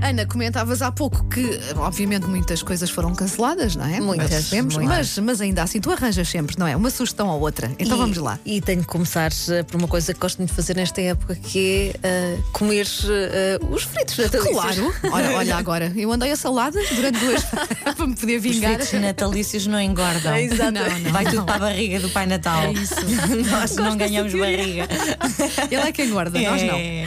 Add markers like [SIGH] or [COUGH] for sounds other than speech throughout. Ana, comentavas há pouco que, obviamente, muitas coisas foram canceladas, não é? Muitas, Nós sabemos, muitas. Mas, mas ainda assim, tu arranjas sempre, não é? Uma sugestão ou outra. Então E- vamos lá. E tenho que começar eh, por uma coisa que gosto muito de fazer nesta época, que é ah, comer ah, os fritos natalícios. Claro, olha, [LAUGHS] olha agora, eu andei a salada durante duas [LAUGHS] para me poder Os vingar. [LAUGHS] fritos natalícios não [LAUGHS] engordam. É, exato. Não, não. Vai tudo para a barriga do Pai Natal. É isso. [LAUGHS] Nós não ganhamos barriga. [LAUGHS] Ele é quem engorda, nós não. É.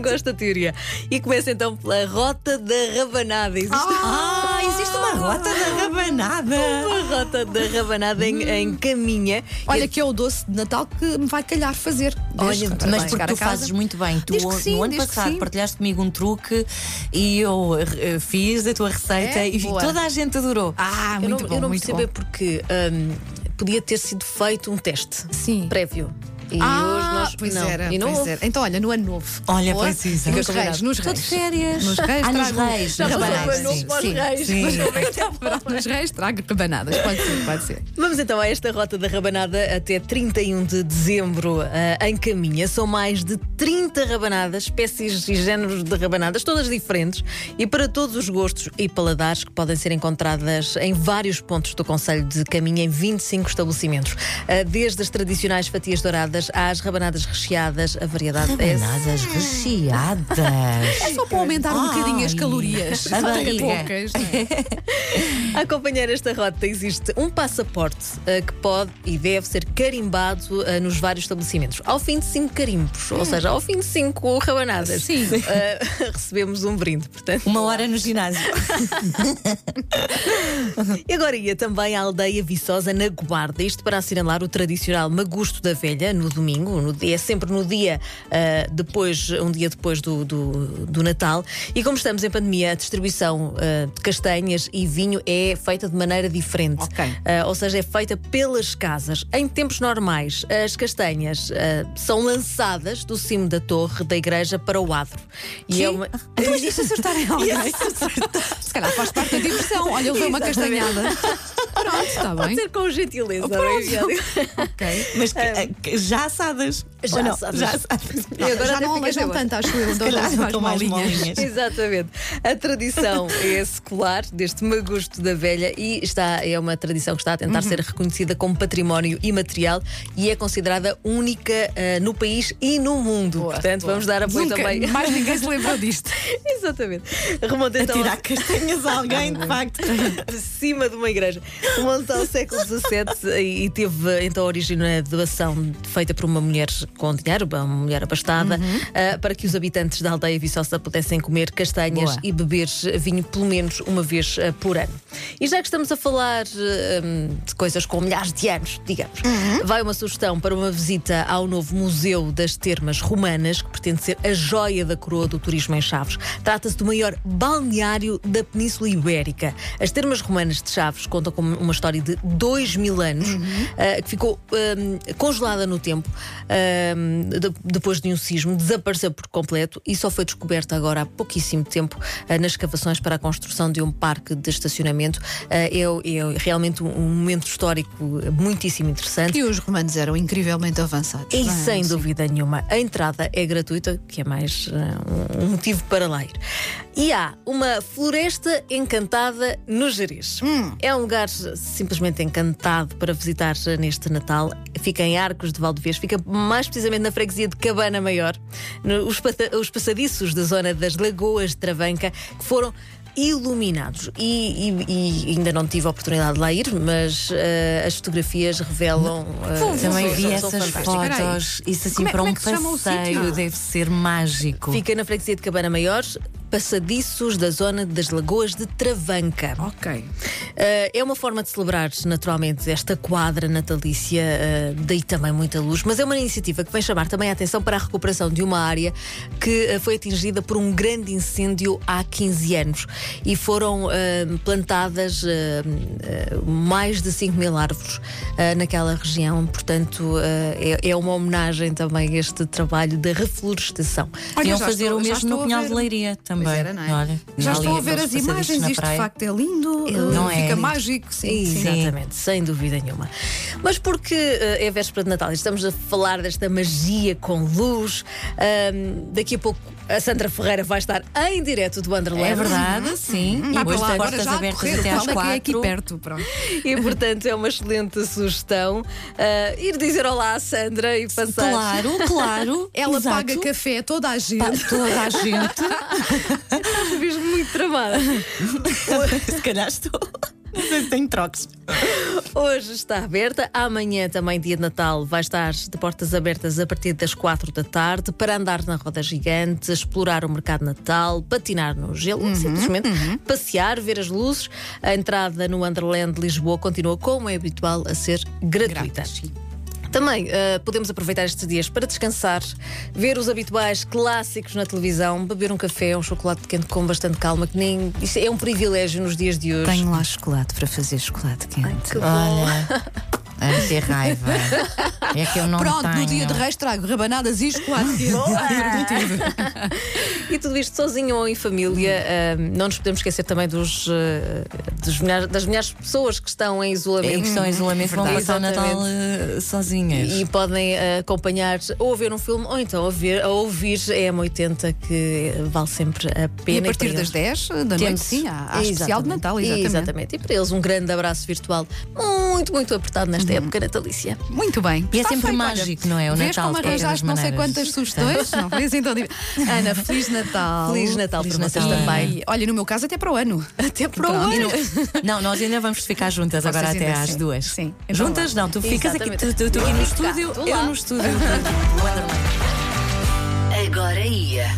Gosto da teoria. E começa então pela rota da rabanada. Existe Ah, existe uma rota da rabanada. Hum. uma rota da rabanada em, em caminha. Olha, que é o doce de Natal que me vai calhar fazer. Olha, Desde- mas vai porque chegar tu a casa. fazes muito bem. Tu Diz que sim, no ano diz que passado sim. partilhaste comigo um truque e eu eh, fiz a tua receita É? e Boa. toda a gente adorou. Ah, eu não, muito bom, eu não muito percebo é porque hum, podia ter sido feito um teste Sim. prévio. E hoje Ah, nós pois não. era, e não pois houve. era. Então, olha, no ano novo. Olha, Boa. pois isso. Nos Fica reis, combinado. nos Estou de reis. férias. Nos reis ah, nos trago- reis. Já Mas houve Rabanada, ano novo sim, para os sim, reis. [LAUGHS] sim. Mas houve então para os Nos reis trago rebanadas, pode ser, pode ser. Vamos então a esta rota da rabanada até 31 de dezembro ah, em caminha. São mais de 30 rabanadas, espécies e géneros de rabanadas, todas diferentes e para todos os gostos e paladares que podem ser encontradas em vários pontos do Conselho de Caminha, em 25 estabelecimentos. Ah, desde as tradicionais fatias douradas às rabanadas recheadas, a variedade é. Rabanadas recheadas. Só para aumentar um Ai. bocadinho as calorias. A Só tem barriga. poucas. não é? A acompanhar esta rota existe um passaporte ah, que pode e deve ser carimbado ah, nos vários estabelecimentos. Ao fim de cinco carimbos, ou seja, ao fim de cinco rabanadas, Sim. ah, [LAUGHS] recebemos um brinde, portanto. Uma hora no ginásio. E agora ia também à aldeia Viçosa, na Guarda, isto para assinalar o tradicional Magusto da Velha, no domingo, no dia- é sempre no dia ah, depois, um dia depois do, do- do Natal. E como estamos em pandemia, a distribuição ah, de castanhas e vinho é feita de maneira diferente. Ok. Ah, ou seja, é feita pelas casas. Em tempos normais, as castanhas ah, são lançadas do cimo da torre da igreja para o adro. E Sim. é uma. Então, mas isto acertar [LAUGHS] em alguém. Se calhar faz parte da diversão. Olha, eu levei uma castanhada. Pronto, está Pode bem. ser com gentileza. é? Ok. Mas que- eh, que- já assadas. Já Ou não? assadas. Já assadas. E agora Já até não fica um alejam sabor. tanto, acho eu. então Dão calhar mais dão mais molinhas. molinhas. Exatamente. A [LAUGHS] tradição é secular deste magusto da velha e está, é uma tradição que está a tentar Uhum. ser reconhecida como património imaterial e é considerada única ah, no país e no mundo. Boa, Portanto, boa. vamos dar apoio Nunca, também. [LAUGHS] [LAUGHS] Mais ninguém se lembrou disto. Exatamente. Remonta A então tirar castanhas a alguém, de facto. [LAUGHS] de cima de uma igreja. Remonta ao século XVII e e teve então origem na doação feita por uma mulher com dinheiro, uma mulher abastada, Uhum. ah, para que os habitantes da aldeia Viçosa pudessem comer castanhas Boa. e beber vinho pelo menos uma vez ah, por ano. E já que estamos a falar ah, hum, de coisas com milhares de anos, digamos, vai uma sugestão para uma visita ao novo Museu das Termas Romanas, que pretende ser a joia da coroa do turismo em Chaves. Trata-se do maior balneário da Península Ibérica. As Termas Romanas de Chaves contam com uma história de dois mil anos, ah, que ficou hum, congelada no tempo hum, de- depois de um sismo, desapareceu por completo e só foi descoberta agora há pouquíssimo tempo ah, nas escavações para a construção de um parque de estacionamento. Ah, é, o- é realmente um, um momento histórico muitíssimo interessante. E os romanos eram incrivelmente avançados. E não é? sem dúvida nenhuma, a entrada é gratuita, que é mais eh, um um motivo para lá ir. E há uma floresta encantada no Jerez. Hum. É um lugar simplesmente encantado para visitar eh, neste Natal. Fica em Arcos de Valdevez, fica mais precisamente na freguesia de Cabana Maior, no- os, pata- os passadiços da zona das Lagoas de Travanca, que foram iluminados. E, e- e ainda não tive a oportunidade de lá ir, mas eh, as fotografias revelam. eh, Vou- vou Também São- vi são essas fantásticas. fotos. Isso assim Como é- para como um é que se chama o sítio? passeio deve ser mágico. Fica na freguesia de Cabana Maior, passadiços da zona das Lagoas de Travanca. Ok. Eh, é uma forma de celebrar naturalmente esta quadra natalícia, eh, daí também muita luz, mas é uma iniciativa que vem chamar também a atenção para a recuperação de uma área que eh, foi atingida por um grande incêndio há 15 anos e foram eh, plantadas eh, eh, mais de 5 mil árvores eh, naquela região, portanto eh, é, é uma homenagem também a este trabalho da reflorestação. Olha, Iam já fazer estou- o já mesmo estou no a Pinhal ver. de Leiria também. também. Pois era, não é? Olha, Já ali estou a ver aqueles as passadiços imagens, na isto de praia. facto é lindo, eh, não é fica lindo. mágico, sim. sim. Exatamente, sem dúvida nenhuma. Mas porque eh, é véspera de Natal e estamos a falar desta magia com luz, ahm, daqui a pouco a Sandra Ferreira vai estar em direto do Underland. [LAUGHS] É verdade, sim. Vai para Hoje Hum, lá, tem agora portas já a abertas correr, assim até o às tal é que é aqui quatro. perto, pronto. [LAUGHS] E portanto é uma excelente sugestão ah, ir dizer olá à Sandra e passar. [LAUGHS] Claro, claro. [LAUGHS] Ela exato. paga café a toda a gente. [LAUGHS] Pa- toda a gente. Vês muito tramada. se calhar estou. Não sei se tenho troques. Hoje está aberta, amanhã também, dia de Natal, vai estar de portas abertas a partir das 4 da tarde para andar na roda gigante, explorar o mercado de natal, patinar no gelo, simplesmente passear, ver as luzes. A entrada no Underland de Lisboa continua, como é habitual, a ser gratuita. Também eh, podemos aproveitar estes dias para descansar, ver os habituais clássicos na televisão, beber um café, um chocolate quente com bastante calma, que nem. Isso é um privilégio nos dias de hoje. Tenho lá chocolate para fazer chocolate quente. que bom. Olha. Ai, que raiva. É que eu não Pronto, tenho. no dia de reis trago rabanadas e chocolate. [LAUGHS] E tudo isto sozinho ou em família. ah, não nos podemos esquecer também dos, ah, dos milhares- das milhares de pessoas que estão em E isolamento. que estão em isolamento, vão Verdade. passar o Natal eh, sozinhas. E podem ah, acompanhar ou a ver um filme ou então a, ver, a ouvir a M80, que vale sempre a pena. E a partir para das eles- 10 da noite, sim, há, há Exatamente. especial de Natal, exatamente. E para eles, um grande abraço virtual, muito, muito apertado Uhum. nesta época natalícia. Muito bem. E é Está sempre feito, olha. mágico, não é? O Vês Natal. como de qualquer das arranjaste não sei maneiras. quantas sugestões? não foi assim tão difícil. Ana, Feliz Natal. Feliz Natal Feliz para vocês Natal. também. E, olha, no meu caso, até para o ano. Até para o E não- Não, nós ainda vamos ficar juntas Vocês agora até ainda às sim. duas. Sim, então Juntas não, tu ficas aqui, tu, Exatamente. tu, tu aqui no Fica, estúdio, tu lá. eu no estúdio. Agora ia.